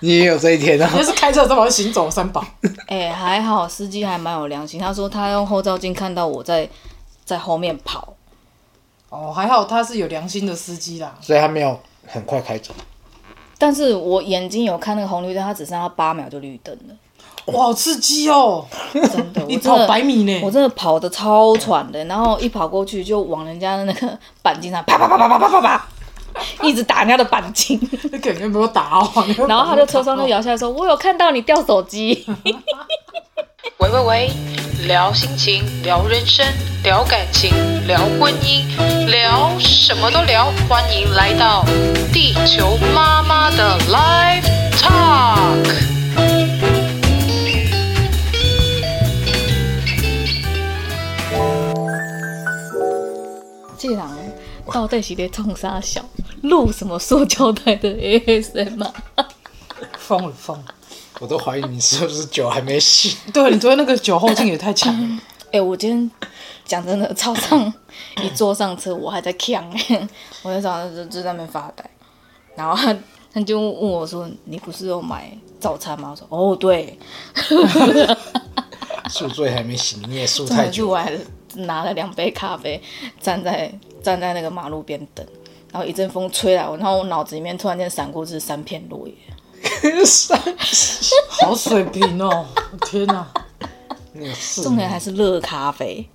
你也有这一天哦、 你要是开车这么行走三宝，哎、还好司机还蛮有良心，他说他用后照镜看到我在在后面跑，哦，还好他是有良心的司机啦。所以他没有很快开走。但是我眼睛有看那个红绿灯，它只剩下八秒就绿灯了，哇，好刺激哦！真的，我你真跑的百米呢我，真的跑得超喘的，然后一跑过去就往人家的那个钣金上啪啪啪啪啪啪啪啪，一直打人家的钣金，那感觉没有打 哦。然后他就车窗就摇下来说：“我有看到你掉手机。喂喂喂，聊心情，聊人生，聊感情，聊婚姻，聊什么都聊。欢迎来到地球妈妈的 Live Talk。这人到底是在冲啥小？录什么塑胶袋的 ASM 啊？疯了疯了。我都怀疑你是不是酒还没醒。对你昨天那个酒后劲也太强 了，哎、我今天讲真的， 超上一坐上车，我还在呛、欸我在早上就就在那边发呆，然后他他就问我说：“你不是有买早餐吗？”我说：“哦，对。”宿醉还没醒，你也宿重太点是久我了。还拿了两杯咖啡，站在站在那个马路边等，然后一阵风吹来，我然后我脑子里面突然间闪过是三片落叶， 好水平哦！天哪，那个是啊重点还是热咖啡，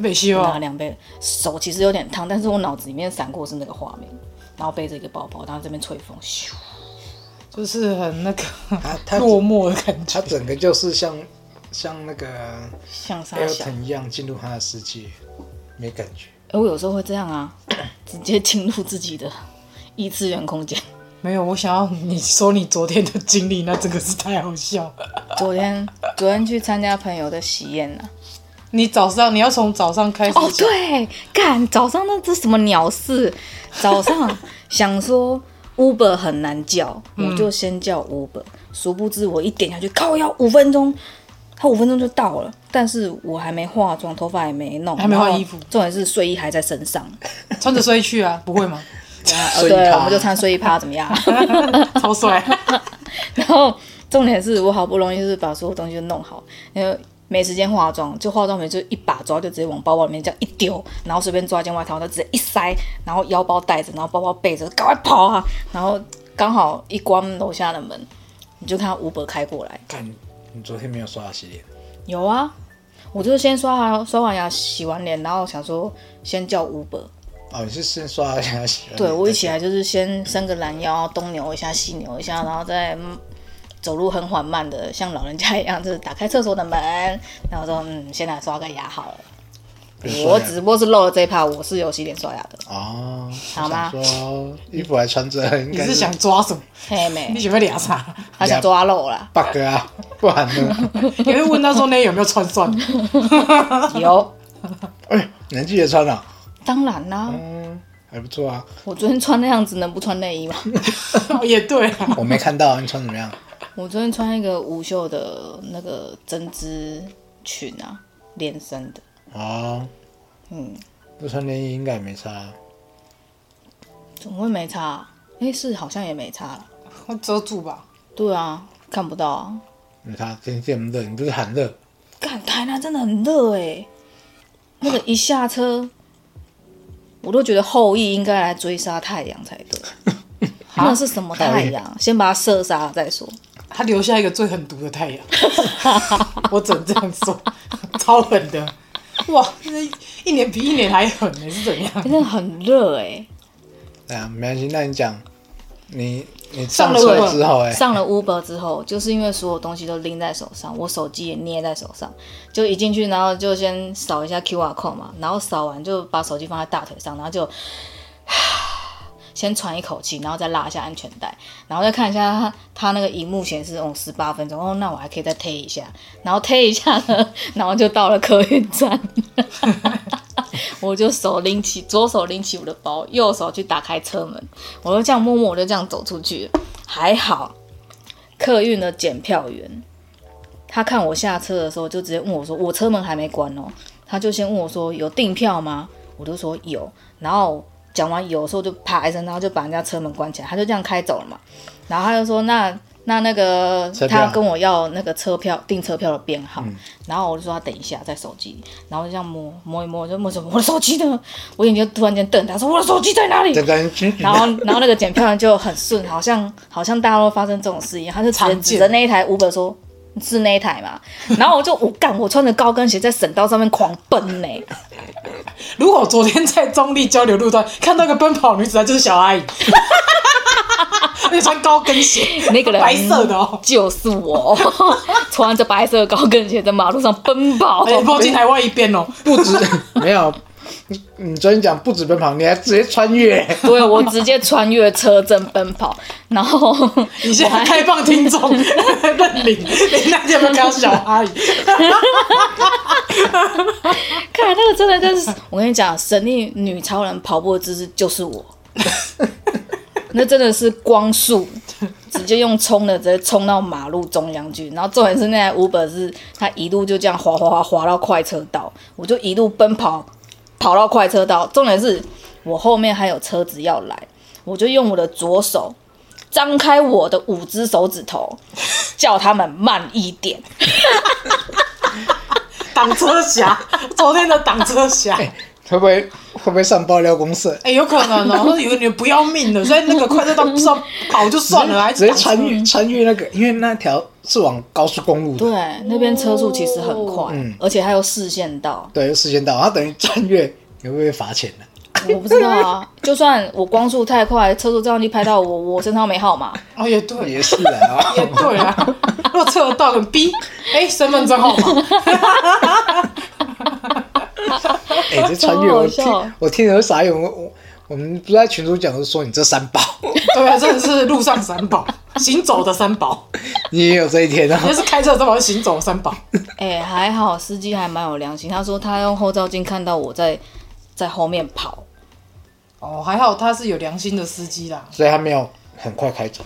北西拿了哦，两杯，手其实有点烫，但是我脑子里面闪过是那个画面，然后背着一个包包，然后这边吹风，咻，就是很那个 他他落寞的感觉。他整个就是像像那个像沙小。 Elton 一样进入他的世界，没感觉。哎、我有时候会这样 啊，直接进入自己的异次元空间。没有，我想要你说你昨天的经历，那真的是太好笑了。昨天昨天去参加朋友的喜宴啊，你早上你要从早上开始哦，对，干早上那只什么鸟事？早上想说 Uber 很难叫，我就先叫 Uber，、殊不知我一点下去，靠要五分钟，他五分钟就到了，但是我还没化妆，头发也没弄，还没换然后衣服重点是睡衣还在身上。穿着睡衣去啊，不会吗？呃睡衣对，趴我们就穿睡衣趴怎 么样？超 帅， 然后重点是我好不容易就是把所有东西都弄好，然后没时间化妆，就化妆品就一把抓，就直接往包包里面这样一丢，然后随便抓一件外套，它直接一塞，然后腰包带着，然后包包背着，赶快跑啊！然后刚好一关楼下的门，你就看到吴伯开过来，看你昨天没有刷牙洗脸，有啊，我就先刷完刷完牙，洗完脸，然后想说先叫吴伯，哦，你是先刷牙洗完脸。对我一起来就是先伸个懒腰，东扭一下西扭一下，然后再、嗯走路很缓慢的，像老人家一样，就是打开厕所的门，然后说嗯，先来刷个牙好了。不是刷我牙只不过是漏了这一趴，我是有洗脸刷牙的。哦，好吗我想说衣服还穿着，应你该，是想抓什么？嘿你妹，准备俩啥？他想抓漏啦 bug 啊，不然 呢？你会问他说那有没有穿蒜？有，哎，能记得穿了、当然啦，嗯，还不错啊。我昨天穿那样子能不穿内衣吗？也对啊，我没看到你穿怎么样？我昨天穿一个无袖的那个针织裙啊，连身的，哦，嗯，不穿连衣应该也没差啊。怎么会没差、啊？哎、是好像也没差了。我 遮住吧。对啊，看不到啊。你看天气这么热，你不是喊热？干，台南真的很热哎、那个一下车，我都觉得后羿应该来追杀太阳才对。那是什么太阳？先把它射杀了再说。他留下一个最狠毒的太阳， 我只能这样说，超狠的。哇，那一年比一年还狠呢、是怎样？真的很热哎、对啊，没关系。那你讲，你你上上了车我之后、哎，上了 Uber 之后，就是因为所有东西都拎在手上，我手机也捏在手上，就一进去，然后就先扫一下 QR code 嘛，然后扫完就把手机放在大腿上，然后就先喘一口气，然后再拉一下安全带，然后再看一下它它那个荧幕显示哦十八分钟，哦那我还可以再推一下，然后推一下呢， 然后就到了客运站。我就手拎起左手拎起我的包，右手去打开车门，我就这样默默我就这样走出去了，还好客运的检票员，他看我下车的时候就直接问我说：“我车门还没关哦。”他就先问我说：“有订票吗？”我就说有，然后讲完有的时候就啪一声，然后就把人家车门关起来，他就这样开走了嘛。然后他就说：“那那那个车票嗯他跟我要那个车票订车票的编号，然后我就说他等一下在手机里，然后就这样摸摸一摸，就摸什么我的手机呢？我眼睛突然间瞪他说我的手机在哪里？这担 心。然后，然后那个检票人就很顺，好像好像大家都发生这种事一样，他就直接常见指着那一台 Uber 说：“是那一台 嘛？”然后我就我干，我穿着高跟鞋在省道上面狂 奔呢、如果我昨天在中立交流路段看到一个奔跑女子，她就是小阿姨， 而且穿高跟鞋，那个人白色的哦，就是我，穿着白色的高跟鞋在马路上 奔跑而。且跑进台湾一边哦，不止 没有，你你昨天讲不止奔跑，你还直接穿越， 对，我直接穿越车阵奔跑，然后你现在我还开放听众 认领， 你那天有没有看到小阿姨？看那个真的就是，我跟你讲，神力女超人跑步的姿势就是我，那真的是光速，直接用冲的直接冲到马路中央去。然后重点是那台 Uber 是它一路就这样滑滑滑滑到快车道，我就一路奔跑跑到快车道。重点是我后面还有车子要来，我就用我的左手。张开我的五只手指头，叫他们慢一点。挡车侠，昨天的挡车侠。会不会会不会上爆料公社？哎、有可能 哦，或者以为你们不要命了，所以那个快车道不知道跑就算了，还直接挡车穿越穿越那个，因为那条是往高速公路的，对，啊那边车速其实很快，而且还有视线道。对，时间到，他等于穿越，你会不会罚钱呢、我不知道啊，就算我光速太快，车速照相机拍到我，我身上没号码，哦，也对，也是啊， 也对啊。如果测得到，很逼，哎、身份证号码， 哎、这穿越我超好笑听我听着都傻眼，我我我们不是在群主讲的说你这三宝，对啊，真的是路上三宝，行走的三宝，你 你也有这一天啊 那，是开车的三宝，是行走的三宝。哎、还好司机还蛮有良心，他说他用后照镜看到我在在后面跑，哦，还好他是有良心的司机啦。所以他没有很快开走，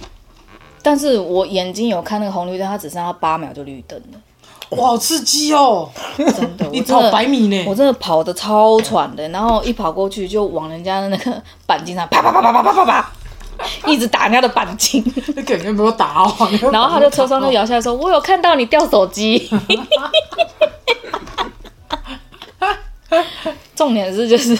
但是我眼睛有看那个红绿灯，它只剩下八秒就绿灯了，哇，好刺激哦！真的，我你真的跑百米呢我真的跑的超喘的，然后一跑过去就往人家的那个钣金上啪啪啪啪啪啪啪啪，一直打人家的钣金，那感觉没有打哦。 然后他就车窗就摇下来说：“我有看到你掉手机。” 重点是就是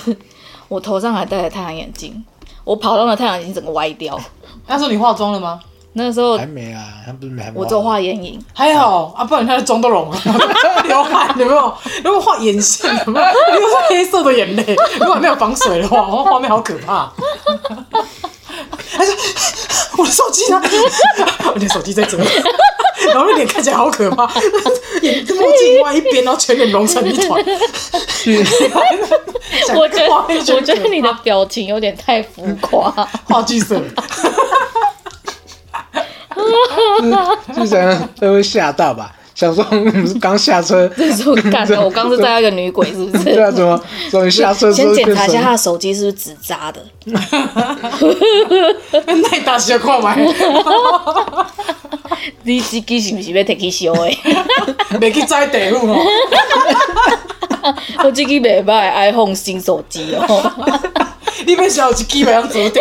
我头上还戴着太阳眼镜，我跑到那太阳眼镜整个歪掉。那时候你化妆了吗？那时候还没啊，他不是没还没我只有画眼影，还好啊，不然他的妆都融了， 刘海有没有？如果画眼线有没有？又是黑色的眼泪，如果没有防水的话，哇画面好可怕。他说：“我的手机呢？我的手机在这里。”然后那脸看起来好可怕，眼墨镜歪一边，然后全脸融成一团。我觉得画面我觉很可得你的表情有点太浮夸，怕话啊剧社，就这样，他会吓到吧？想说我们是刚下 车，就是我干的。我刚是带到一个女鬼，是不 对啊，是？怎么怎么下车之先后检查一变下成 他的手机是不是纸扎的， 那你大学看完，你手机是不是被摕去烧的？ 没去摘地户哦。我这支袂歹，iPhone 新手机哦，你们小鸡基本上折叠。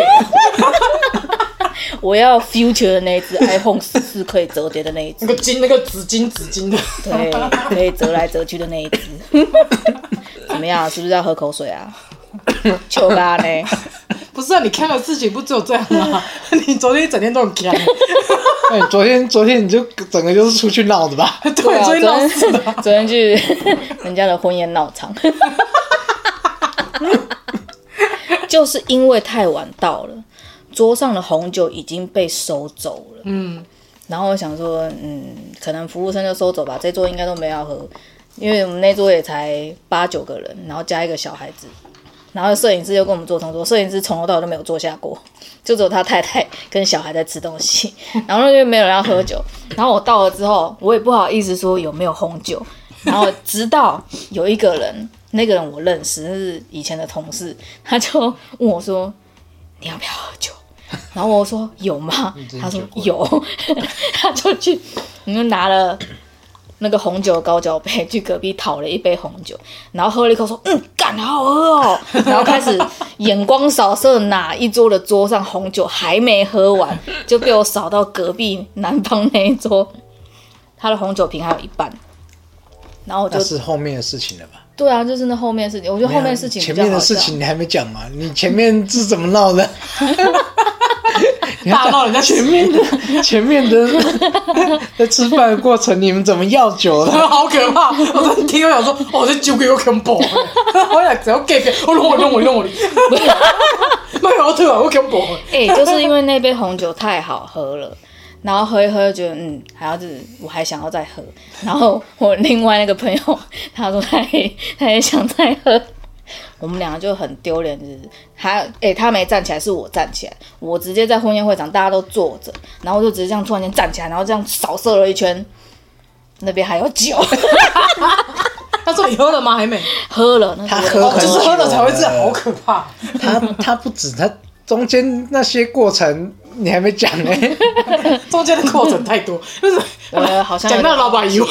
我要 Future 的那一只 iPhone 十四可以折叠的那一只那，个金那个纸巾纸巾的， 对，可以折来折去的那一只。 怎么样？是不是要喝口水啊？ 求啦呢？ 不是啊？你看的事情不只有这样吗？ 你昨天一整天都很啊干，那哎你昨天昨天你就整个就是出去闹的吧？ 对，啊所以闹死昨 了。天 昨天去人家的婚宴闹场， 就是因为太晚到了，桌上的红酒已经被收走了。嗯，然后我想说，嗯，可能服务生就收走吧，这桌应该都没有喝，因为我们那桌也才八九个人，然后加一个小孩子。然后摄影师又跟我们做同桌，摄影师从头到尾都没有坐下过，就只有他太太跟小孩在吃东西，然后就没有人要喝酒。然后我到了之后，我也不好意思说有没有红酒。然后直到有一个人，那个人我认识，是以前的同事，他就问我说：“你要不要喝酒？” 然后我 说：“有吗？”他说：“有。”他就去，我们就拿了那个红酒高脚杯去隔壁讨了一杯红酒，然后喝了一口说：“嗯，干，好好喝 哦。”然后开始眼光扫射哪一桌的桌上红酒还没喝完，就被我扫到隔壁南方那一桌，他的红酒瓶还有一半。然后我就那是后面的事情了吧？对啊，就是那后面的事情，我觉得后面的事情比前较好面笑的事情你还没讲嘛？你前面是怎么闹的？大闹人家前面的， 前面的在吃饭的过程，你们怎么要酒了？好可怕！我真的听到想说，哦，这酒鬼有恐怖， 我想只要 gay 我弄我弄我弄 我，卖毛特啊，我恐怖。哎、就是因为那杯红酒太好喝了，然后喝一喝就觉得嗯，还要就是我还想要再喝。然后我另外那个朋友他说他也他也想再喝，我们两个就很丢脸，就是他哎、他没站起来，是我站起来，我直接在婚宴会场大家都坐着，然后我就直接这样突然间站起来，然后这样扫射了一圈，那边还有酒，他说你喝了吗？还没，喝了，那他 是我喝的哦，很就久是喝了才会这样，好可怕。他他不止他中间那些过程你还没讲呢、中间的过程太多，就是我好像有讲点到老板以外，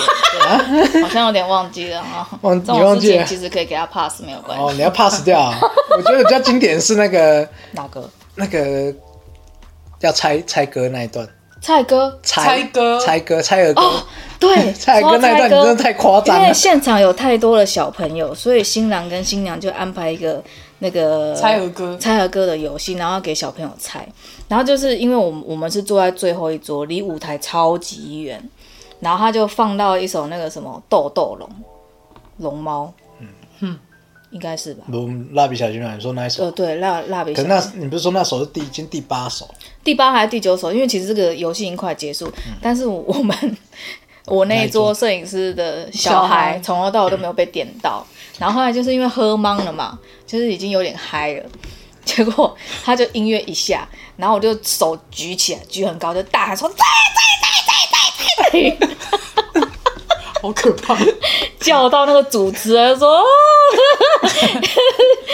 好像有点忘记了啊，忘这你种忘事记了情其实可以给他 pass 没有关系，哦，你要 pass 掉啊、我觉得比较经典是那个哪个？那个要猜猜歌那一段，蔡哥猜猜歌猜歌，猜儿歌。哦，对， 蔡说哥到那一段蔡哥你真的太夸张了因为现场有太多的小朋友，所以新郎跟新娘就安排一个那个猜儿歌猜儿歌的游戏，然后给小朋友猜。然后就是因为我们我们是坐在最后一桌，离舞台超级远，然后他就放到一首那个什么《豆豆龙龙猫》，嗯应该是吧？我们蜡笔小新嘛，你说那一首？呃，对，蜡蜡笔可是小那，你不是说那首是第已经第八首？第八还是第九首，因为其实这个游戏已经快结束，嗯但是我们我那一桌摄影师的小小孩孩从头到尾都没有被点到，然后后来就是因为喝懵了嘛，就是已经有点嗨了。结果他就音乐一下，然后我就手举起来，举很高，就大喊说：“在在在在在在！”好可 怕。叫到那个主持人说：“哦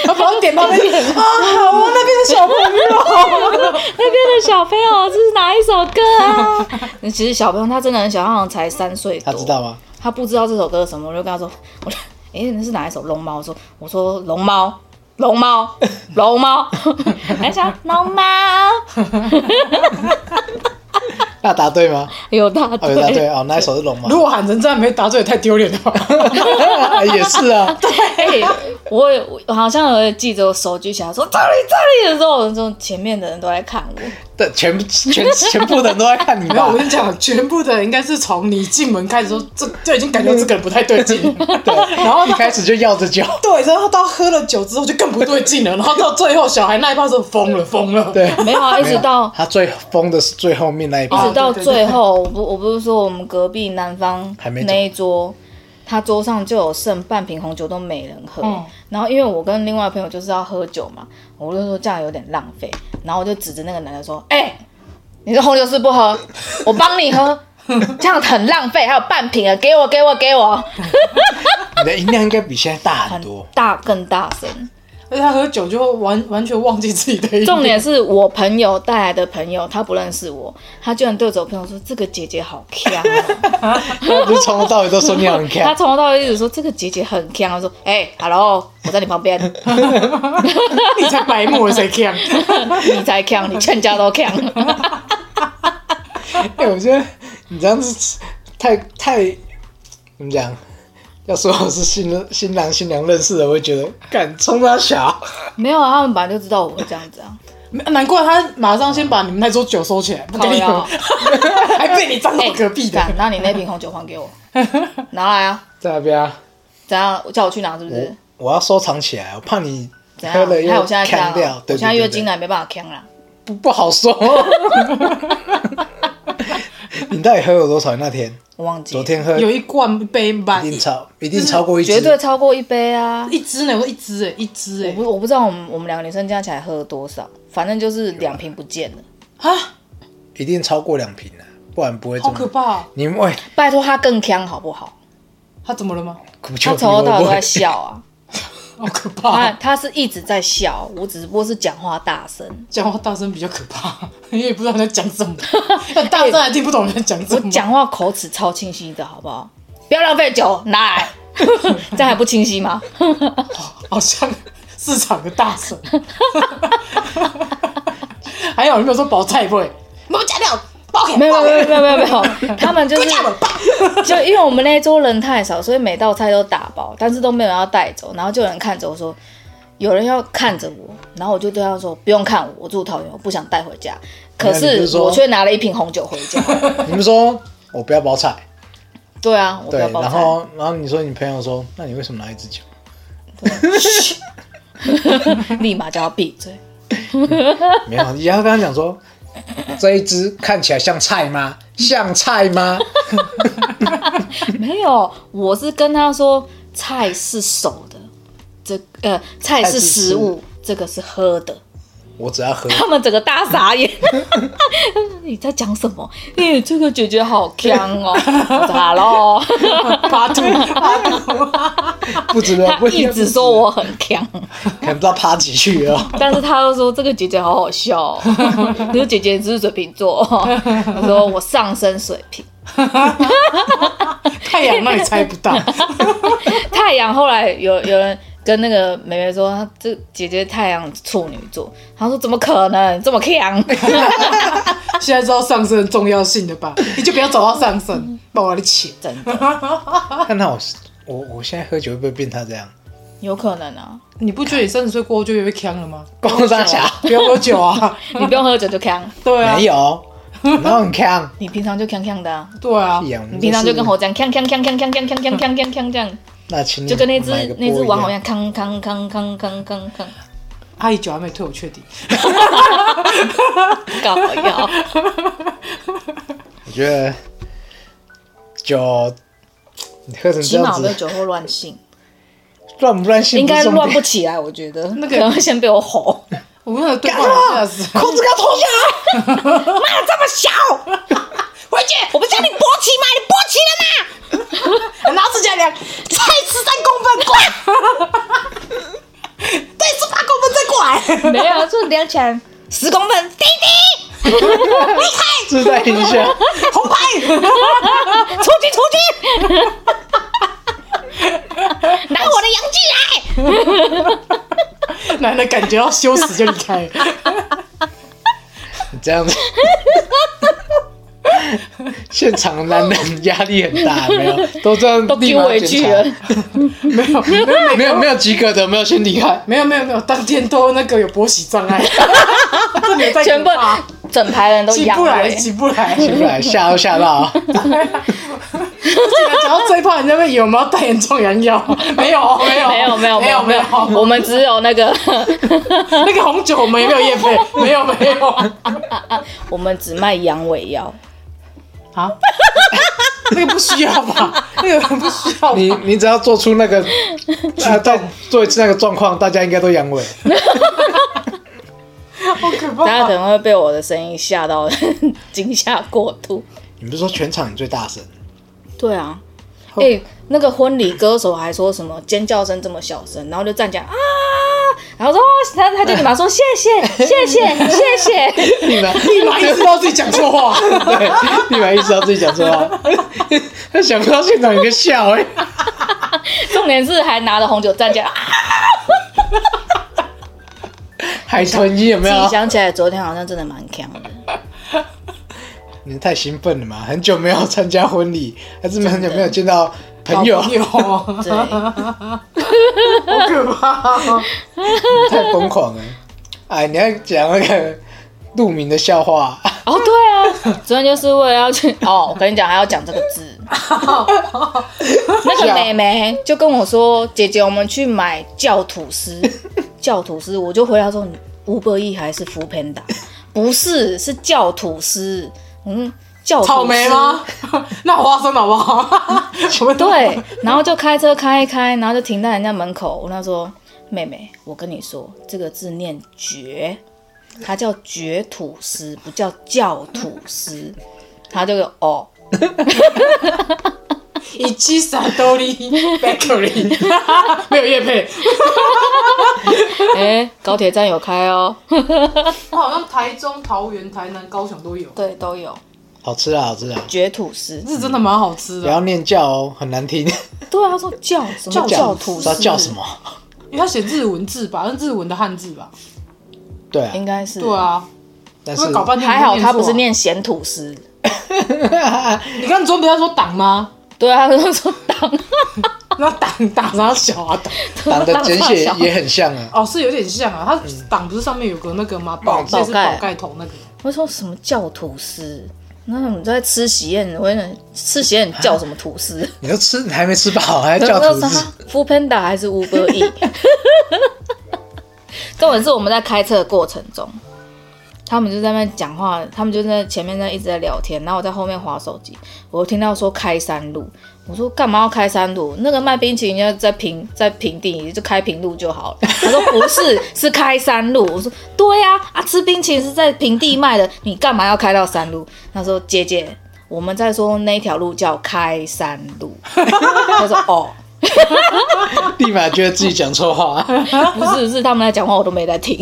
他把我点到那边啊，好啊，那边的小朋友， 那边的小朋友这是哪一首歌啊？” 其实小朋友他真的很小，他好像才三岁他多，知道吗？他不知道这首歌是什么，我就跟他说，我就，哎、那是哪一首《龙猫》？我说，我说龙猫，龙猫，龙猫，还想龙猫，那答对吗？有大哦，有答对 队，哦，那一首是龙猫如，果喊成这样没答对，也太丢脸了 吧？ 也是啊。哎、我也我好像有记着我手举起来说这里这里的时候，我就前面的人都在看我，对，全全全部的人都在看你 没有，吧我？跟你讲，全部的人应该是从你进门开 始说，这就已经感觉这个人不太对劲了。对， 然后一开始就要着酒，对，然后到喝了酒之后就更不对劲了，然后到最后小孩那一趴候疯了，疯了。 对，没有啊，一没直有到他最疯的是最后面那一一趴直哦，到对对对最后，我不我不是说我们隔壁南方还没走那一桌，他桌上就有剩半瓶红酒都没人喝。嗯然后因为我跟另外朋友就是要喝酒嘛，我就说这样有点浪费，然后我就指着那个男的说：“哎、你这红酒是不喝，我帮你喝。” 这样很浪费，还有半瓶了，给我，给我，给我，你的音量应该比现在大很多。大更大声。而且他喝酒就完完全忘记自己的意思重点是我朋友带来的朋友，他不认识我，他居然对着我朋友说：“这个姐姐好强、哦。”他不是从头到尾都说你很他 看，从头到尾一直说这个姐姐很强，我说哎、h e l l o 我在你旁边， 你才白目，谁看？你才强，你全家都强。哎，我觉得你这样子太太怎么讲？要说我是新新郎新娘认识的，我会觉得敢冲他 小， 没有啊，他们本来就知道我会这样子啊，难怪他马上先把你们那桌酒收起来，不给你靠腰啊喝，还被你站到哎，隔壁的。干那你那瓶红酒还给 我，拿来啊，在那边啊。怎样？叫我去拿是不是我？我要收藏起来，我怕你嗯怎样？喝了害又我现在这样砍掉啊，，对我现在对对月经对来没办法强了，不不好 说。你到底喝了多少？那天我忘记了昨天喝有一一罐杯满定超啊一定超过一绝支，对超过一杯啊。一支呢，我说一支哎，一支我哎不我不知道我们我们两个女生加起来喝了多少，反正就是两瓶不见了。啊，一定超过两瓶了，啊不然不会这好么。可怕哦！你喂，拜托他更强好不好？他怎么了吗？他他从头到尾都在笑啊。好可他怕！啊他是一直在笑，我只不过是讲话大声，讲话大声比较可怕， 因为不知 哎道你在讲什么，大声还听不懂你在讲什我么。讲话口齿超清晰的，好不好？不要浪费酒，拿 来。这样还不清晰吗？好像市场的大神。 还有有没有说包菜味？没有加料，包给 没有没有没有没有没有， 他们就是加料包。就因为我们那一桌人太少，所以每道菜都打包，但是都没有人要带走，然后就有人看着我说，有人要看着我，然后我就对他说不用看我，我住桃园，我不想带回家。可那你不是是说我却拿了一瓶红酒回 家。 你们说我不要包菜，对啊， 我不对，要包然菜。后然后你说你朋友说，那你为什么拿一支酒？立马叫他闭嘴。没有，你要跟他讲说， 这一支看起来像菜吗？像菜吗？ 没有，我是跟他说菜是熟的，这呃菜菜是是食食物物，这个是喝的。 我只要喝。他们整个大傻眼， 你在讲什么？哎、这个姐姐好香哦！ 我说 “Hello，八度八度，不止 了，她不一直说，我很强，可啊能不知道趴几去了。但是她又说这个姐姐好好笑、哦。 我说姐姐你是不是水瓶座、哦我说我上升水瓶，太阳那也猜不 到。太阳后来有有人跟那个妹妹说，她这姐姐太阳处女座，她说怎么可能这么强？现在知道上升的重要性了吧？你就不要走到上升，把我的钱。真的 看他我我我现在喝酒会不会变他这样？有可能啊，你不觉得你三十岁过后就越被呛了吗？光大 侠不要喝酒啊！ 你不用喝酒就强，对啊，没有，然后很康，你平常就强强的、啊。对啊，屁啊我们你平常就跟我猴这样，锵锵锵锵锵锵锵锵锵锵锵这样，那请你就跟那只买个那只波一王猴一样，样，锵锵锵锵锵锵锵，阿姨酒还没退，我确定。搞笑。我觉得酒你喝成起这码样我没有子，酒后乱性，乱不乱性应不该是重乱 点。不起来，我觉得那那个个能会先被我吼，我们那个对话好像是，裤子给我脱下来！ 妈这么小，回去我不叫你勃起吗？你勃起了吗？拿指甲量，才十三公分，过对，十八公分再过来。来，没有，就量起来十公分，弟弟自带一下，红牌，出去出 去，拿我的阳具来。 男的感觉要羞耻就离开了。你这样子，现场男人压力很大，有没有，都这样都立 丢马回去检了查。，没有，没有，没有没有及格的，没有先离开。没有，没有，没有，当天都那个有勃起障碍，这女的太可全部怕整排人都啊起阳不来，痿。起不来。起不来，吓都吓到啊！讲到最怕人家问有没有代言壮阳药，没有，没有，没有没有没有有没有， 我们只有那个，那个红酒我们也没有夜配，没有没 有我们只卖阳痿药。啊， 那个不需要吧，那个不需要吧，你你只要做出那 个，啊，再做一次那个状况，大家应该都阳痿。好可大家怕可。能会被我的声音吓到 惊吓过度。你不是说全场你最大声？对啊，哎、那个婚礼歌手还说什么尖叫声这么小声，然后就站起来啊，然后说哦他他就立马说谢 谢谢谢谢谢， 立马立马意识到自己讲错话，对，立马意识到自己讲错话， 他想不到现场有个笑哎、重点是还拿着红酒站起来啊。海豚音有啊没自己有？想起来昨天好像真的蛮强的，你太兴奋了嘛，很久没有参加婚礼，还是很久没有见到朋友好，朋友，好对，可怕哦。 太疯狂了。哎，你要讲那个陆明的笑话，哦对啊，昨天就是为了要去 哦，我跟你讲还要讲这个 字。那啊个妹妹就跟我说：“姐姐，我们去买教吐 司，教吐司。”我就回答说：“你五百亿还是福平达？不是，是教吐司。嗯，教吐司草莓吗？ 那花生好不好？ 我们都对，然后就开车开一开，然后就停在人家门口。我跟她说：“妹妹，我跟你说，这个字念绝，它叫绝吐司，不叫教吐 司。”她就有哦，以及萨多利 bakery，没 有夜配。哎、高铁站有开哦，好像台中、桃园、台南、高雄都有。对，都有。好吃啊，好吃啊！绝吐司。是真的蛮好吃不的，要念教哦，很难听。对啊，他说叫什么叫吐知司道？叫什？么？因为它写日文字吧，是日文的汉字吧？对啊应，该是对，啊，但会是不会搞半天还好他不错是啊。念咸吐司。你刚昨天不要说党吗？对啊，他们说当那党党啥小啊党？党的简写当也很像啊。哦，是有点像啊，它党不是上面有个那个吗？宝宝这是盖宝盖头那个，我说什么叫吐司？那你在吃喜宴，我想吃喜宴你叫什么吐司？你都吃，你还没吃 饱，还要叫吐司？ f o o Panda 还是 Uber E？重点是我们在开车的过程中，他们就在那边讲话，他们就在前面在一直在聊天，然后我在后面划手机，我听到说开山路，我说干嘛要开山路？那个卖冰淇淋要在平在平地就开平路就好了。 他说不是，是开山路。我说对呀、啊，吃冰淇淋是在平地卖的，你干嘛要开到山路？他说姐姐，我们在说那条路叫开山 路。他说哦。立马觉得自己讲错话。 不是，是他们在讲话，我都没在听。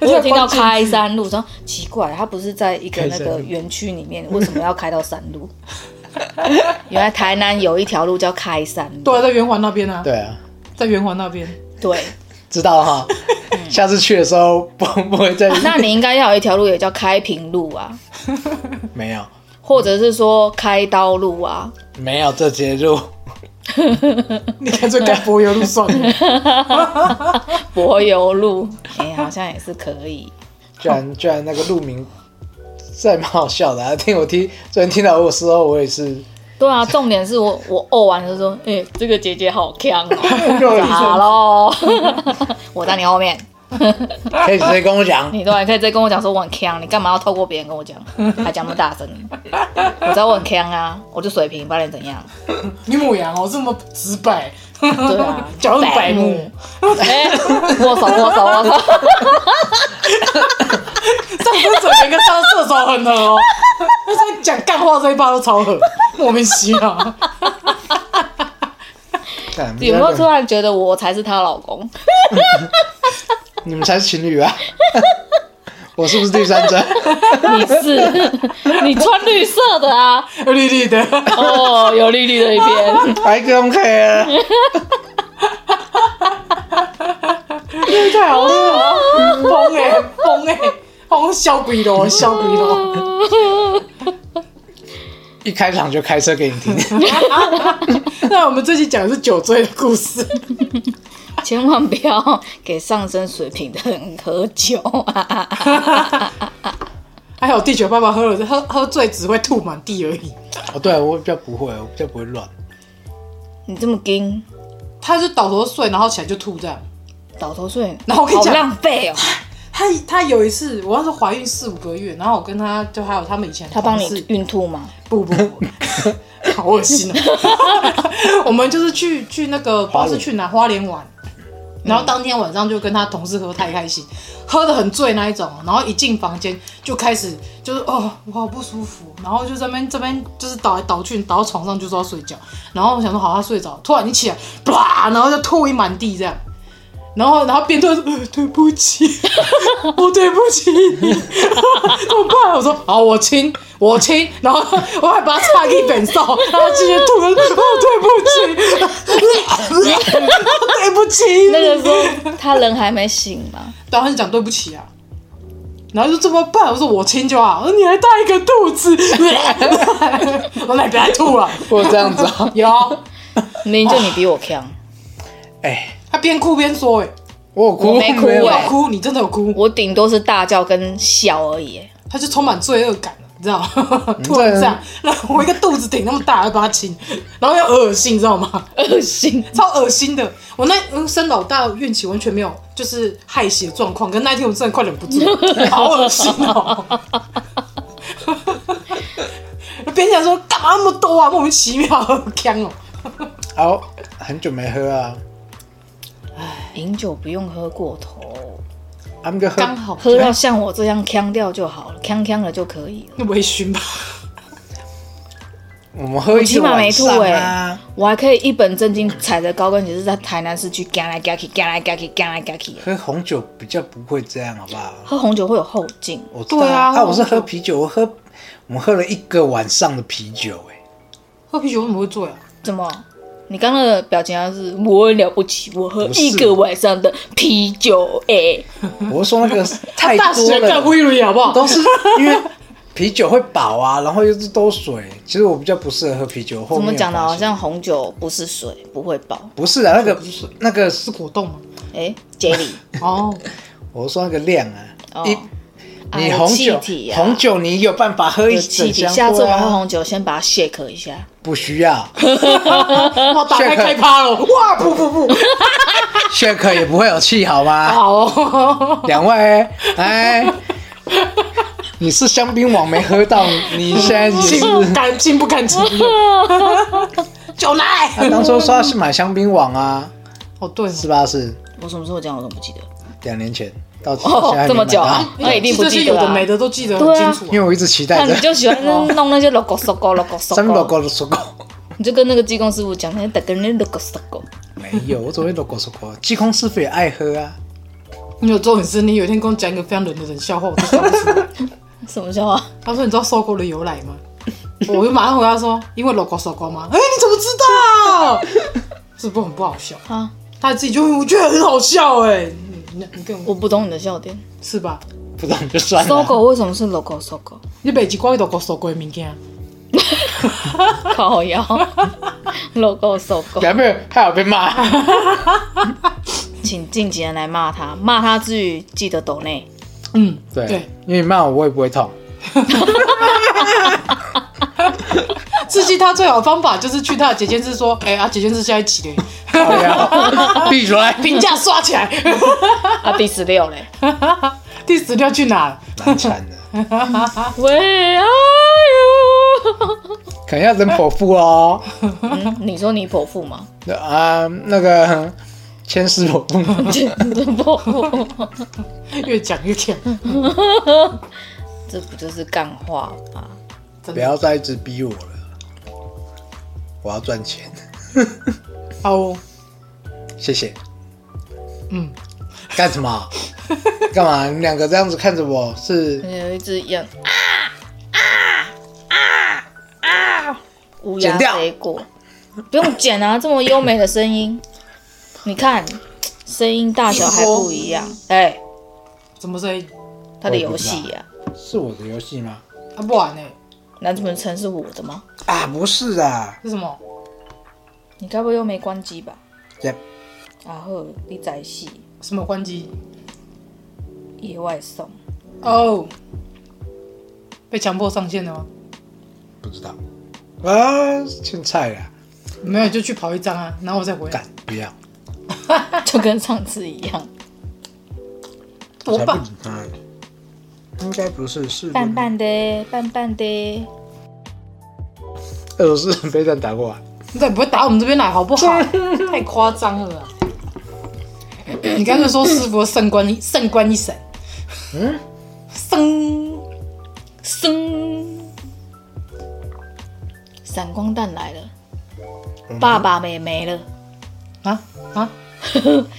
我有听到开山路，说奇怪，他不是在一个那开山路个园区里面，为什么要开到山路？ 原来台南有一条路叫开山路，对啊，在圆环那边啊，对啊，在圆环那边。对。知道了 哈。下次去的时候不不会再嗯那你应该要有一条路也叫开平路啊，没有或者是说开刀路啊。没有这节路，你干脆改柏油路算 了。柏油路，哎、好像也是可以。居然居然那个路名，这还蛮好笑的、啊。听我听昨天听到我的时候，我也是 对啊，重点是我我哦完就说，哎、这个姐姐好强 又哦，一好喽， 我在你后面。可以直接跟我 讲，哎你都还可以再跟我讲说我很强，你干嘛要透过别人跟我 讲，还讲那么大声？我知道我很强啊，我就水平，不然你怎样？你母羊哦，这么直白，对啊， 讲那么白目， 哎、握手握手握 手，上厕所每个上厕所很合哦。但是讲干话这一趴都超合，莫名其妙。 干有没有突然觉得我才是她老公？你们才是情侣啊！ 我是不是第三 者？你是，你穿绿色的啊？绿绿的，哦，有绿绿的一边， I don't care。太好笑了，疯哎疯哎，疯小鬼咯，小鬼咯。一开场就开车给你听，那我们这期讲的是酒醉的故事，千万不要给上升水平的人喝酒啊！还有地球爸爸喝了喝喝醉只会吐满地而已。哦，对我比较不会，我比较不会乱。你这么硬，他就倒头睡，然后起来就吐这样。倒头睡，然后我跟你好讲浪费哦。她她有一次，我那时候怀孕四五个月，然后我跟她就还有 他们以前的他帮同你事，孕吐吗？不不 不，好恶心哦。 我们就是去去那个不知道是去哪花莲玩，然后当天晚上就跟她同事喝太开心，喝的很醉那一种，哦然后一进房间就开始就是哦我好不舒服，然后就这边这边就是倒来倒去，倒到床上就说要睡觉，然后我想说好她睡着，突然一起来，啪，然后就吐一满地这样。然后，然后边吐说、呃对不起， 我对不起你， 怎么办？我说好，我亲，我亲。然后 我还把他擦一本扫，然后继续吐，我对不起， 对不起。那个时候他人还没醒嘛，然后他就讲对不起啊，然后就怎么办？我说我亲就好，我说你还带一个肚子， 我来别吐了。我这样子啊、 有，明明就你比我强，哎、他边哭边说、欸，我有哭我没哭有哎哎，哭，你真的有哭，我顶多是大叫跟笑而已。 他就充满罪恶感。你知道，嗯 突然这样，啊然后我一个肚子挺那么大，还把他亲，然后又恶心，你知 道吗？恶心！超恶心的。我那嗯生老大运气完全没有，就是害喜的状况。跟那一天我真的快忍 不住，好恶心哦！ 别人想说干嘛那么多啊，莫名其妙，好呛哦。好、很久没喝啊，饮酒不用喝过头，他们就喝刚好哦喝到像我这样呛掉就好了，呛呛了就可以了。微醺吧，我们喝一起个码没晚吐上哎、啊，我还可以一本正经踩着高跟鞋是在台南市区干来干去，干来干去，干来干去。喝红酒比较不会这样，好不好？喝红酒会有后劲，我知道对啊啊，我是喝啤酒，我喝我们喝了一个晚上的啤酒、哎，喝啤酒为什么会醉啊？怎么？你刚刚的表情好像是我很了不起，我喝不是一个晚上的啤酒，哎、我是说 那个太大多学干了，威瑞好不好？都是因为啤酒会饱啊，然后又是都水。其实我比较不适合喝啤酒，后怎面么讲的呢？好像红酒不是水，不会爆。不是啊，那个那个是果冻吗？哎、杰 里， 哦，我说那个量啊，哦一啊你有红气酒、体啊红酒你有办法喝一有气整体，箱下次我对们喝啊，红酒，先把它 shake 一下。不需 要，哇，打开 Shake 开趴了，哇，不不不，现可也不会有气好吗？好哦，两位，哎， 你是香槟网没喝到，你现在也是。进敢进不敢 进？他酒奶，当初说要去买香槟网啊，哦对哦，是吧？是我什么时候讲我都不记得。两年前到现在还没买到哦，这么久啊， 那一定不哎这些记有得的啊。没的都记得很清楚啊因。为我一直期那待着你。就喜欢弄那些 logo logo logo 三 logo， logo 的 logo 你就跟那个技工师傅讲，那打跟那 logo logo。没有，我只会 logo logo。技工师傅也爱喝啊， 你有做很深，你有一天跟我讲一个非常冷的冷笑话，我都笑不出 来。什么笑话？他说：“你知道烧锅的由来吗？”我就马上回答说：“因为 logo 烧锅吗？”哎、你怎么知道？是不是很不好笑？啊，他自己就我觉得很好笑哎、你你你跟我我不懂你的笑点。是吧？不懂就算了。 logo 为什么是 logo logo？你北极光 logo 烧锅的啊物件，靠腰 logo logo，表妹还有被 骂，请尽情的来骂他，骂他之余记得抖内。嗯，对，对，因为你骂我我也不会 痛，刺激他最好的方法就是去他的姐姐是说：“哎、啊，姐姐是下一集嘞，靠腰闭嘴，评价刷起来。啊，第十六嘞，”第十六去哪了？蛮惨的， 喂啊哟，可能要人剖腹哦。嗯，你说你剖腹吗？ 那啊，那个千丝剖腹，真的剖腹，越讲越甜，这不就是干话吗？真不的。要再一直逼我了，我要赚钱，好、哦，谢谢。嗯，干什 么？干嘛？你们两个这样子看着我是有一只羊啊啊啊啊！乌剪鸦掉飞过，不用剪啊，这么优美的声音，你看声音大小还不一样。哎、怎么声音？他的游戏啊呀、是我的游戏吗？啊，不然呢、难不成是我的吗？啊，不是啊。是什么？你该不会又没关机吧？ Yep 然后你在戏什么关机？野外送， 哦，被强迫上线了吗？不知道啊，欠菜啊，没有，就去跑一张啊，然后我再回干来。不要，就跟上次一样。多才不棒！理他。应该不是，是淡淡的，淡淡的，俄罗斯人被战打过来，啊你再不会打我们这边来好不好？ 太夸张了啦！你刚才说师傅胜观一胜观一闪，嗯，生生，闪光弹来了，爸爸也没了，啊啊，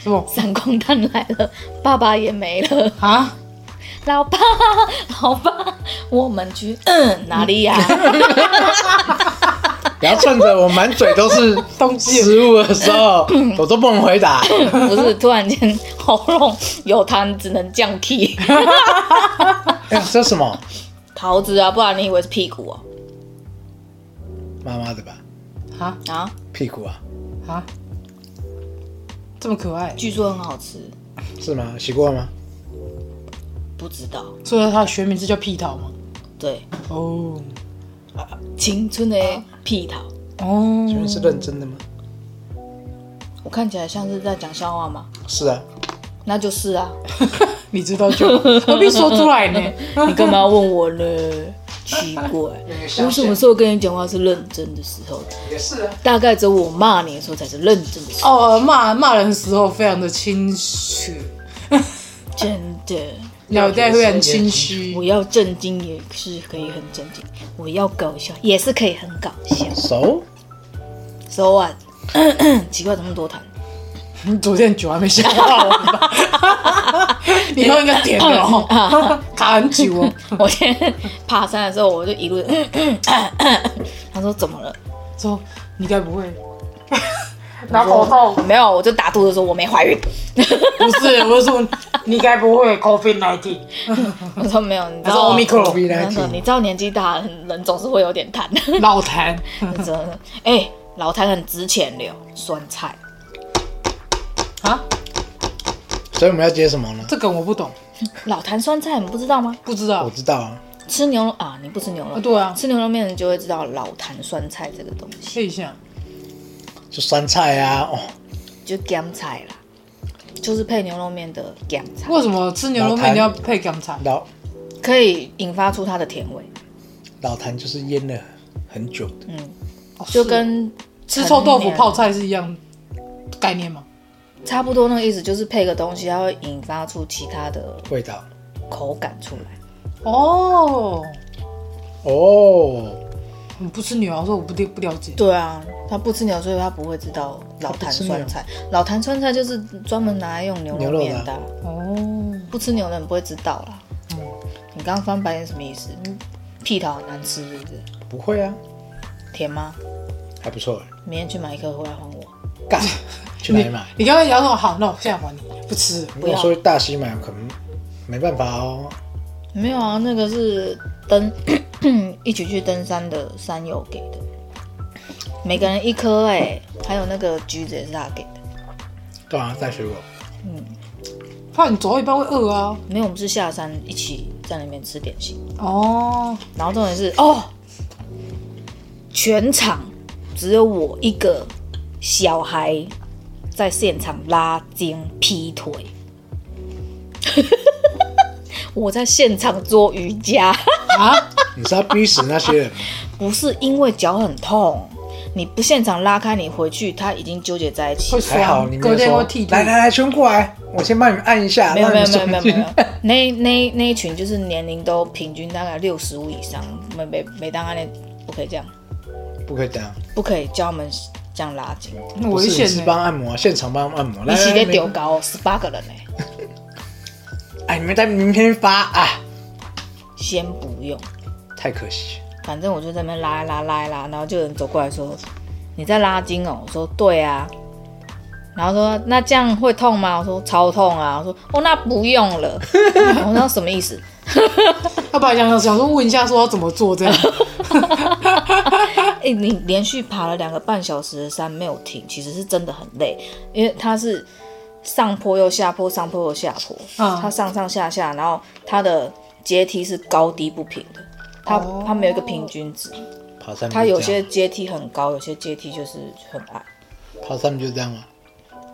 什么闪光弹来了，爸爸也没了，啊？老爸 老爸，我们去、嗯、哪里呀、不要趁着我满嘴都 是东西食物的时候，我都不能回 答。不是，突然间喉咙有痰，只能降 key。哎，这什么？ 桃子啊，不然你以为是屁股哦、妈妈的吧？啊啊，屁股啊？啊，这么可爱，据说很好吃，是吗？洗过吗？不知道。所以它的学名是叫屁桃吗？对，哦青春的屁桃，哦，请问是认真的吗？我看起来像是在讲笑话吗？是啊，那就是啊，你知道就好何必说出来呢？ 你干嘛要问我呢？奇怪，我什么时候跟你讲话是认真的时候？也是啊。大概只有我骂你的时候才是认真的时候。哦，骂骂人的时候非常的清虚，真的，脑袋会很清虚我。要震惊也是可以很震惊，我要搞笑也是可以很搞笑。熟？ So what？奇怪，怎么那么多痰？你昨天酒还没消化完吧？你都应该点了 哦，卡很久哦。我今天爬山的时候，我就一路， 他说怎么了？说你该不会拿口罩？没有，我就打肚子说我没怀孕。不是，我是说你该不会 COVID nineteen？我说没有，你知他道说 Omicron 他说你知道年纪大了人总是会有点痰，老痰，真的。哎、老痰很值钱的哟，哦酸菜。啊？所以我们要接什么呢？这梗我不懂，老痰酸菜你不知道吗？不知我道。知道啊，吃牛肉啊，你不吃牛肉，啊对啊吃牛肉面你就会知道老痰酸菜这个东西，试一下，就酸菜啊，哦，就干菜啦，就是配牛肉面的干菜，为什么吃牛肉老面痰一定要配甘菜？老可以引发出它的甜味，老坛就是腌了很久的，嗯，哦就是跟吃臭豆陈腐年泡菜是一样概念吗？差不多那个意思，就是配个东西，它会引发出其他的味道口感出来。哦，哦。你不吃牛，我啊说我不不了解。对啊，他不吃牛，所以他不会知道老他坛不吃酸菜。老坛酸菜就是专门拿来用牛牛肉肉面的的啊啊，哦，不吃牛的人不会知道啦。嗯你刚刚翻白眼什么意思？嗯屁桃很难吃是不是？不会啊，甜吗？还不错欸。明天去买一颗回来还我。 干，去哪里买？你刚刚讲说好，那我现在还你，不吃了。如果说大溪买，可能没办法哦。没有啊，那个是登 一起去登山的山友给的，每个人一颗哎、还有那个橘子也是他给的。对啊，带水果。怕你走到一半会饿啊。没有，我们是下山一起在那边吃点心。哦，然后重点是哦，全场只有我一个小孩在现场拉筋劈腿， 我在现场做瑜伽，啊，你是要逼死那些 人吗？不是因为脚很痛，你不现场拉开，你回去他已经纠结在一起会了。还好酸你，没隔有天说会剃。来腿。来来，全过来，我先帮你们按一下，没有让你没有们松没有没有没有劲没。有，那那那一群就是年龄都平均大概六十五以上，每每每当安利不可以这样， 不可以这样，不可以教他们这样拉筋。那不危是你险是呢。帮按摩，啊现场帮按摩。你来是来在来，丢高十八个人呢、哎，你们在明天发啊，先不用，太可惜。反正我就在那边拉一拉拉一拉，然后就有人走过来说：“你在拉筋哦？”我说：“对啊。”然后说：“那这样会痛吗？”我说：“超痛啊！”我说：“哦，那不用了。”我说：“什么意思要不然想想想说问一下，说要怎么做 这样。？”哎、你连续爬了两个半小时的山没有停，其实是真的很累，因为它是上坡又下坡，上坡又下坡，嗯它上上下下，然后它的阶梯是高低不平的，它、哦它没有一个平均值。爬山不是这样，它有些阶梯很高，有些阶梯就是很矮，爬山不就这样吗？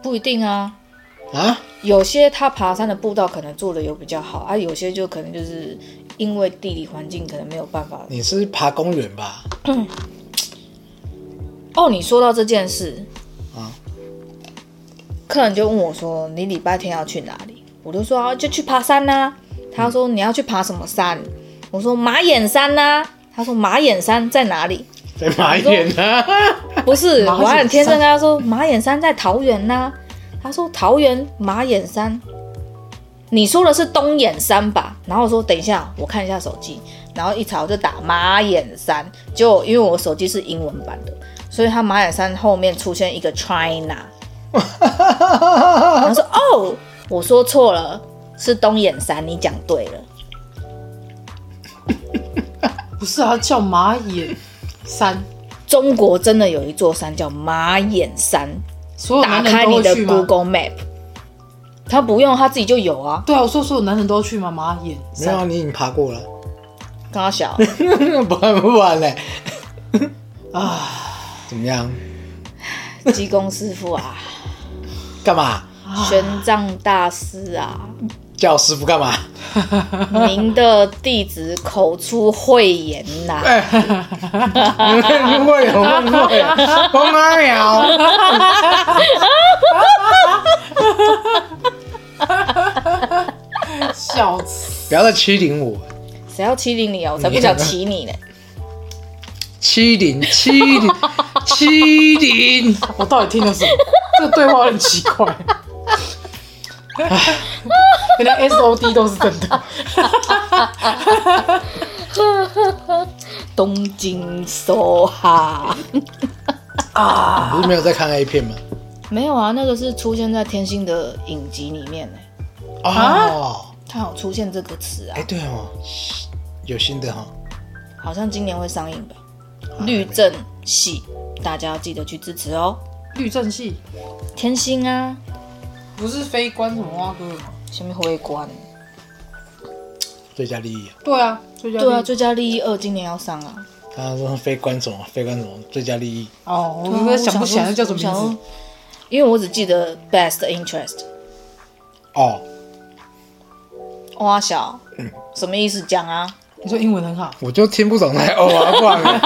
不一定啊。啊，有些它爬山的步道可能做的有比较好啊，有些就可能就是因为地理环境可能没有办法。你是爬公园吧？哦，你说到这件事，啊，客人就问我说：“你礼拜天要去哪里？”我就说：“啊，就去爬山呐、他说：“你要去爬什么山？”我说：“马眼山呐、他说：“马眼山在哪里？”在马眼啊？不是，马眼我还很天真跟啊他说马眼山在桃园呐、他说桃园马眼山，你说的是东眼山吧？然后我说等一下，我看一下手机。然后一查我就打马眼山，就因为我手机是英文版的，所以它马眼山后面出现一个 China。然后说哦，我说错了，是东眼山，你讲对了。不是啊，叫马眼山，中国真的有一座山叫马眼山，所有打男开人都会你的去吗？ Google Map，他不用，他自己就有啊。对啊，我说所有男人都要去吗？马没眼有山啊，你已经爬过了，刚刚小，不然不然嘞，啊，怎么样？济公师傅啊，干嘛？玄奘大师 啊，叫师傅干嘛？您的弟子口出慧言呐、哎，你们会有问会，我妈呀！笑死！不要再欺凌我，谁要欺凌你啊？我才不想骑你呢。欺凌，欺凌，欺凌！我到底听了什么？这个对话很奇怪。 原来 S O D 都是真的， 东京 so 哈，你是没有在看 A 片吗？没有啊，那个是出现在天星的影集里面呢、哦，它有出现这个词啊哎、，对哦，有新的哈、哦。好像今年会上映吧。律政系，大家要记得去支持哦。律政系天星啊，不是非官什么蛙哥吗？下面会关。最佳利益、啊，对啊，最佳对啊，利益最佳利益二今年要上啊。刚刚说非关什么，非关什么，最佳利益。哦，我有点想不起来那叫什么啊我想名说？因为我只记得 best interest。哦，哇小，嗯什么意思？讲啊。字。你说英文很好，我就听不懂那哦啊，不然呢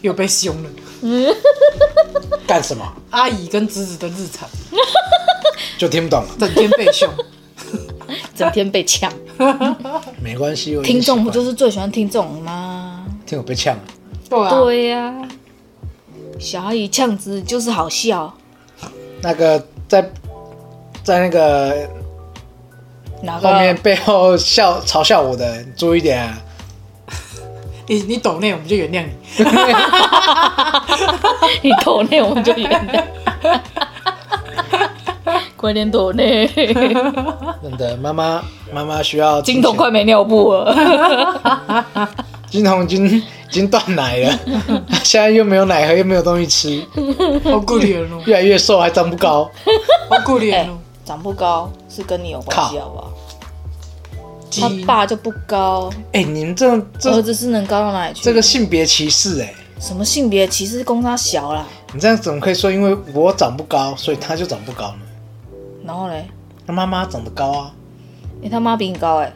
有被凶了。干什么阿姨跟侄子的日常，就听不懂了，整天被 凶。整天被 呛，没关系。我已经听众不就习是最喜欢听这种吗？惯了听我被呛了？对啊，对呀、小阿姨呛子就是好笑，那个在在那个哪后面个？背后笑嘲笑我的，注意点啊！你你懂那，我们就原谅 你。你抖内我们就演了，快点抖内，真的，妈妈妈妈需要金童快没尿 布了，金童已经已经断奶了， 现在又没有奶喝，又没有东西吃，好可怜哦，越来越瘦，还长不高。好可哎怜哦。长不高是跟你有关系好不好？基他因爸就不高，哎、你们这儿这子是能高到哪里去？这个性别歧视哎、什么性别歧视，公差小啦。你这样怎么可以说因为我长不高，所以他就长不高呢？然后嘞，他妈妈长得高啊，你他妈比你高哎、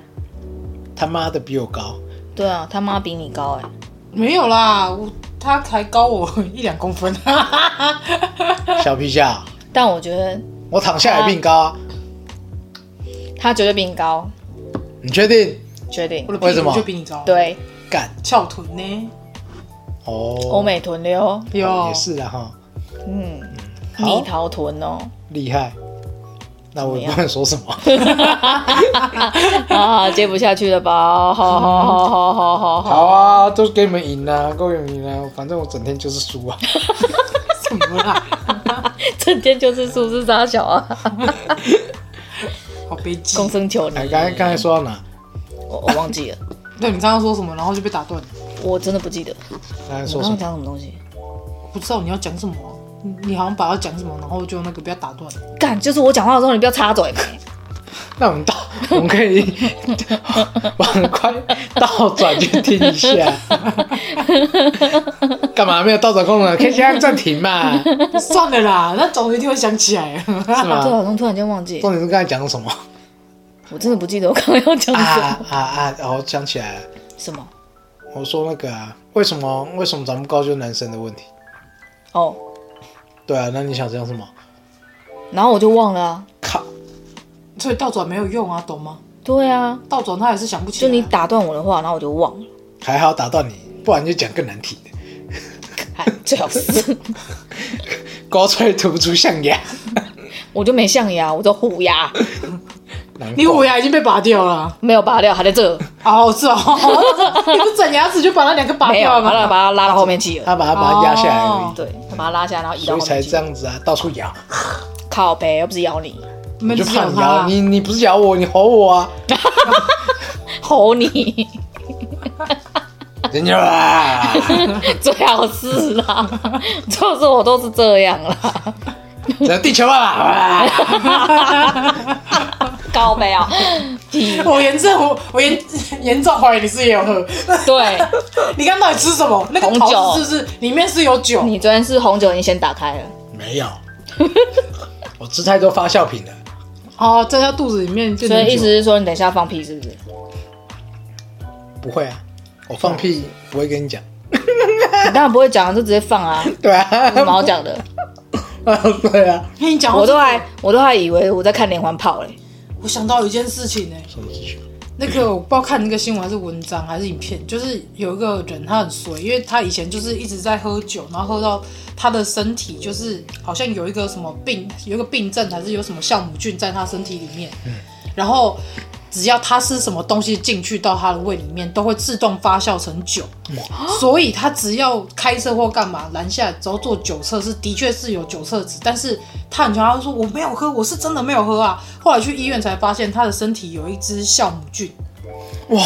他妈的比我高，对啊，他妈比你高哎、没有啦，我他才高我 一两公分。小皮 匠，但我觉得我躺下也比你高啊，他绝对比你高，你确定？确定我的为屁什么股就比你高，，对，干翘臀呢？哦，欧美臀溜，有也是啊哈，嗯，好蜜桃臀哦， 厉害。那我也怎不能说什么，啊，接不下去了吧？好 好好好好好好， 好啊，都给你们赢啊，够你们赢啊，反正我整天就是输 啊。什么啦？整天就是数字傻小啊，好悲剧。公生球你哎，，刚才刚才说到哪？我我忘记了，对你刚刚说什么，然后就被打断了。我真的不记得，刚才我说刚什刚么？讲什么东西？不知道你要讲什么啊、你你好像把要讲什么，然后就那个不要打断。干，就是我讲话的时候你不要插嘴，那我们倒， 我们可以往快倒转去听一 下。干嘛没有倒转功能？可以先按暂停嘛？ 是算了啦， 那总有一天会想起来。对，吗？好像突然间忘记，重点是刚才讲什么？我真的不记得我刚刚要讲啊什么啊啊！哦，我想起来了，什么我说那个啊，为什么为什么长不高就是男生的问题？哦，对啊，那你想讲什么？然后我就忘了啊，靠， 所以倒转没有用啊，懂吗？对啊，倒转他还是想不起就来。你打断我的话，然后我就忘了，还好打断你，不然就讲更难听的。哎，最好是，高吹吐不出象牙，我就没象牙，我就虎牙，难你怪虎牙已经被拔掉了。没有拔掉，还在这，哦，是哦， 你不整牙齿就把那两个拔没有，掉了把它吗？把它拉到后面去了。他把他把他压下来而已，对，他把它拉下来，然后移所到以后面才去这。样子啊，到处咬。靠背，又不是咬你，你们你就只有怕你他咬啊。你，你不是咬我，你吼我啊！吼你，人家啊，最好是啦。 就是我都是这样啦，整地球啊！啊靠背啊， 我严重，我我严 严重怀疑你是也有喝。 对，你刚到底吃什么？那个红桃子酒是不是里面是有酒？你昨天是红酒，你先打开了，没有， 我吃太多发酵品了。哦，在他肚子里面就所能以意思酒。是说你等一下放屁是不是？不会啊，我放屁不会跟你讲。你当然不会讲，就直接放啊，有对什么啊，好讲的？ 对啊。跟你讲，我都还我都还以为我在看连环炮嘞，欸我想到一件事情呢、欸什么事情？那个我不知道看那个新闻还是文章还是影片， 就是有一个人他很衰，因为他以前就是一直在喝酒，然后喝到他的身体就是好像有一个什么病，有一个病症还是有什么酵母菌在他身体里面，然后只要他吃什么东西进去到他的胃里面，都会自动发酵成酒， 所以他只要开车或干嘛拦下来，只要做酒测试，的确是有酒测值，但是他很强，他就说我没有喝，我是真的没有喝啊。后来去医院才发现他的身体有一只酵母菌，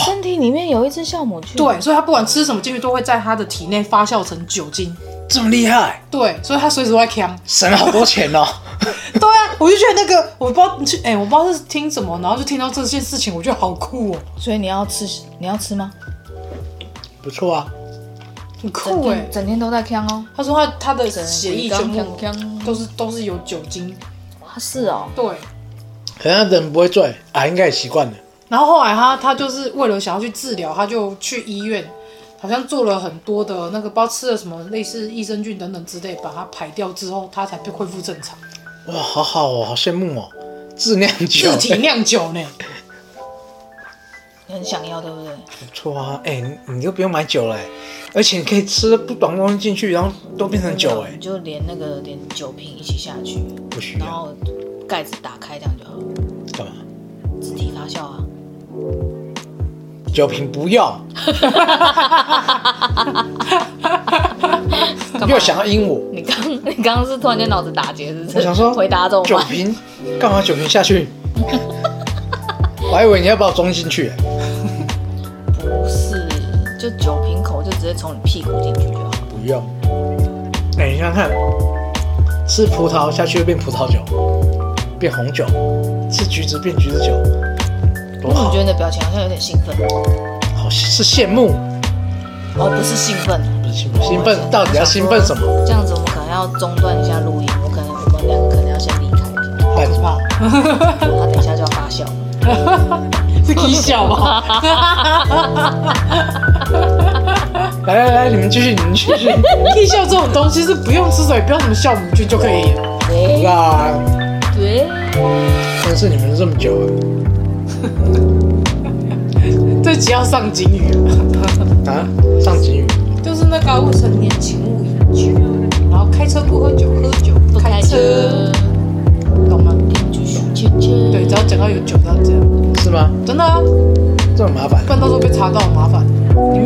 身体里面有一只酵母菌，对，所以他不管吃什么进去都会在他的体内发酵成酒精，这么厉害，对，所以他随时都在呛。省了好多钱哦。对啊，我就觉得那个我不知道去，哎、我不知道是听什么，然后就听到这件事情，我觉得好酷哦，所以你要吃，你要吃吗？ 不错啊，很整酷哎、天整天都在呛哦。他说他他的血液全部整个刚都是都是有酒精，啊是哦，对。可能人不会醉啊，应该也习惯了。然后后来他他就是为了想要去治疗，他就去医院，好像做了很多的那个，不知道吃了什么类似益生菌等等之类，把它排掉之后，他才恢复正常。哇，好好哦，好羡慕哦，自酿酒自体酿酒呢？你很想要对不对？不错啊，哎、你你就不用买酒了、哎而且你可以吃不懂东西进去，然后都变成酒哎、你就连那个连酒瓶一起下去，不需然要后盖子打开这样就好了，干嘛？自体发酵 啊。酒瓶不要，干嘛又想要阴我。你刚 你刚刚是突然间脑子打结是不是？我想说，回答这种酒话，瓶干嘛？酒瓶下 去？我还以为你要把我装进去、哎不是，就酒瓶口就直接从你屁股进去就好了。不用。哎、你想想看，吃葡萄下去会变葡萄酒，变红酒；吃橘子变橘子酒，多我好觉！得你的表情好像有点兴奋好是羡慕，哦，不是兴奋，不是兴奋，兴奋到底要兴奋什么？这样子我们可能要中断一下录音，我可能我们两个可能要先离开一下，哎是吧？他等一下就要发酵。是你笑吧？来来来，你们继续，你们继 续。地笑这种东西是不用吃水，不要什么酵母菌就可以了。对啦，对，认识你们这么久了。这集要上警语，啊，上警语，就是那个未成年请勿饮酒，然后开车不喝酒，喝酒不不开开车车，，懂吗？继续切切。对，只要讲到有酒，都要这样。是吗？真的啊，这么麻烦不然到时候被查到很麻烦。你们欸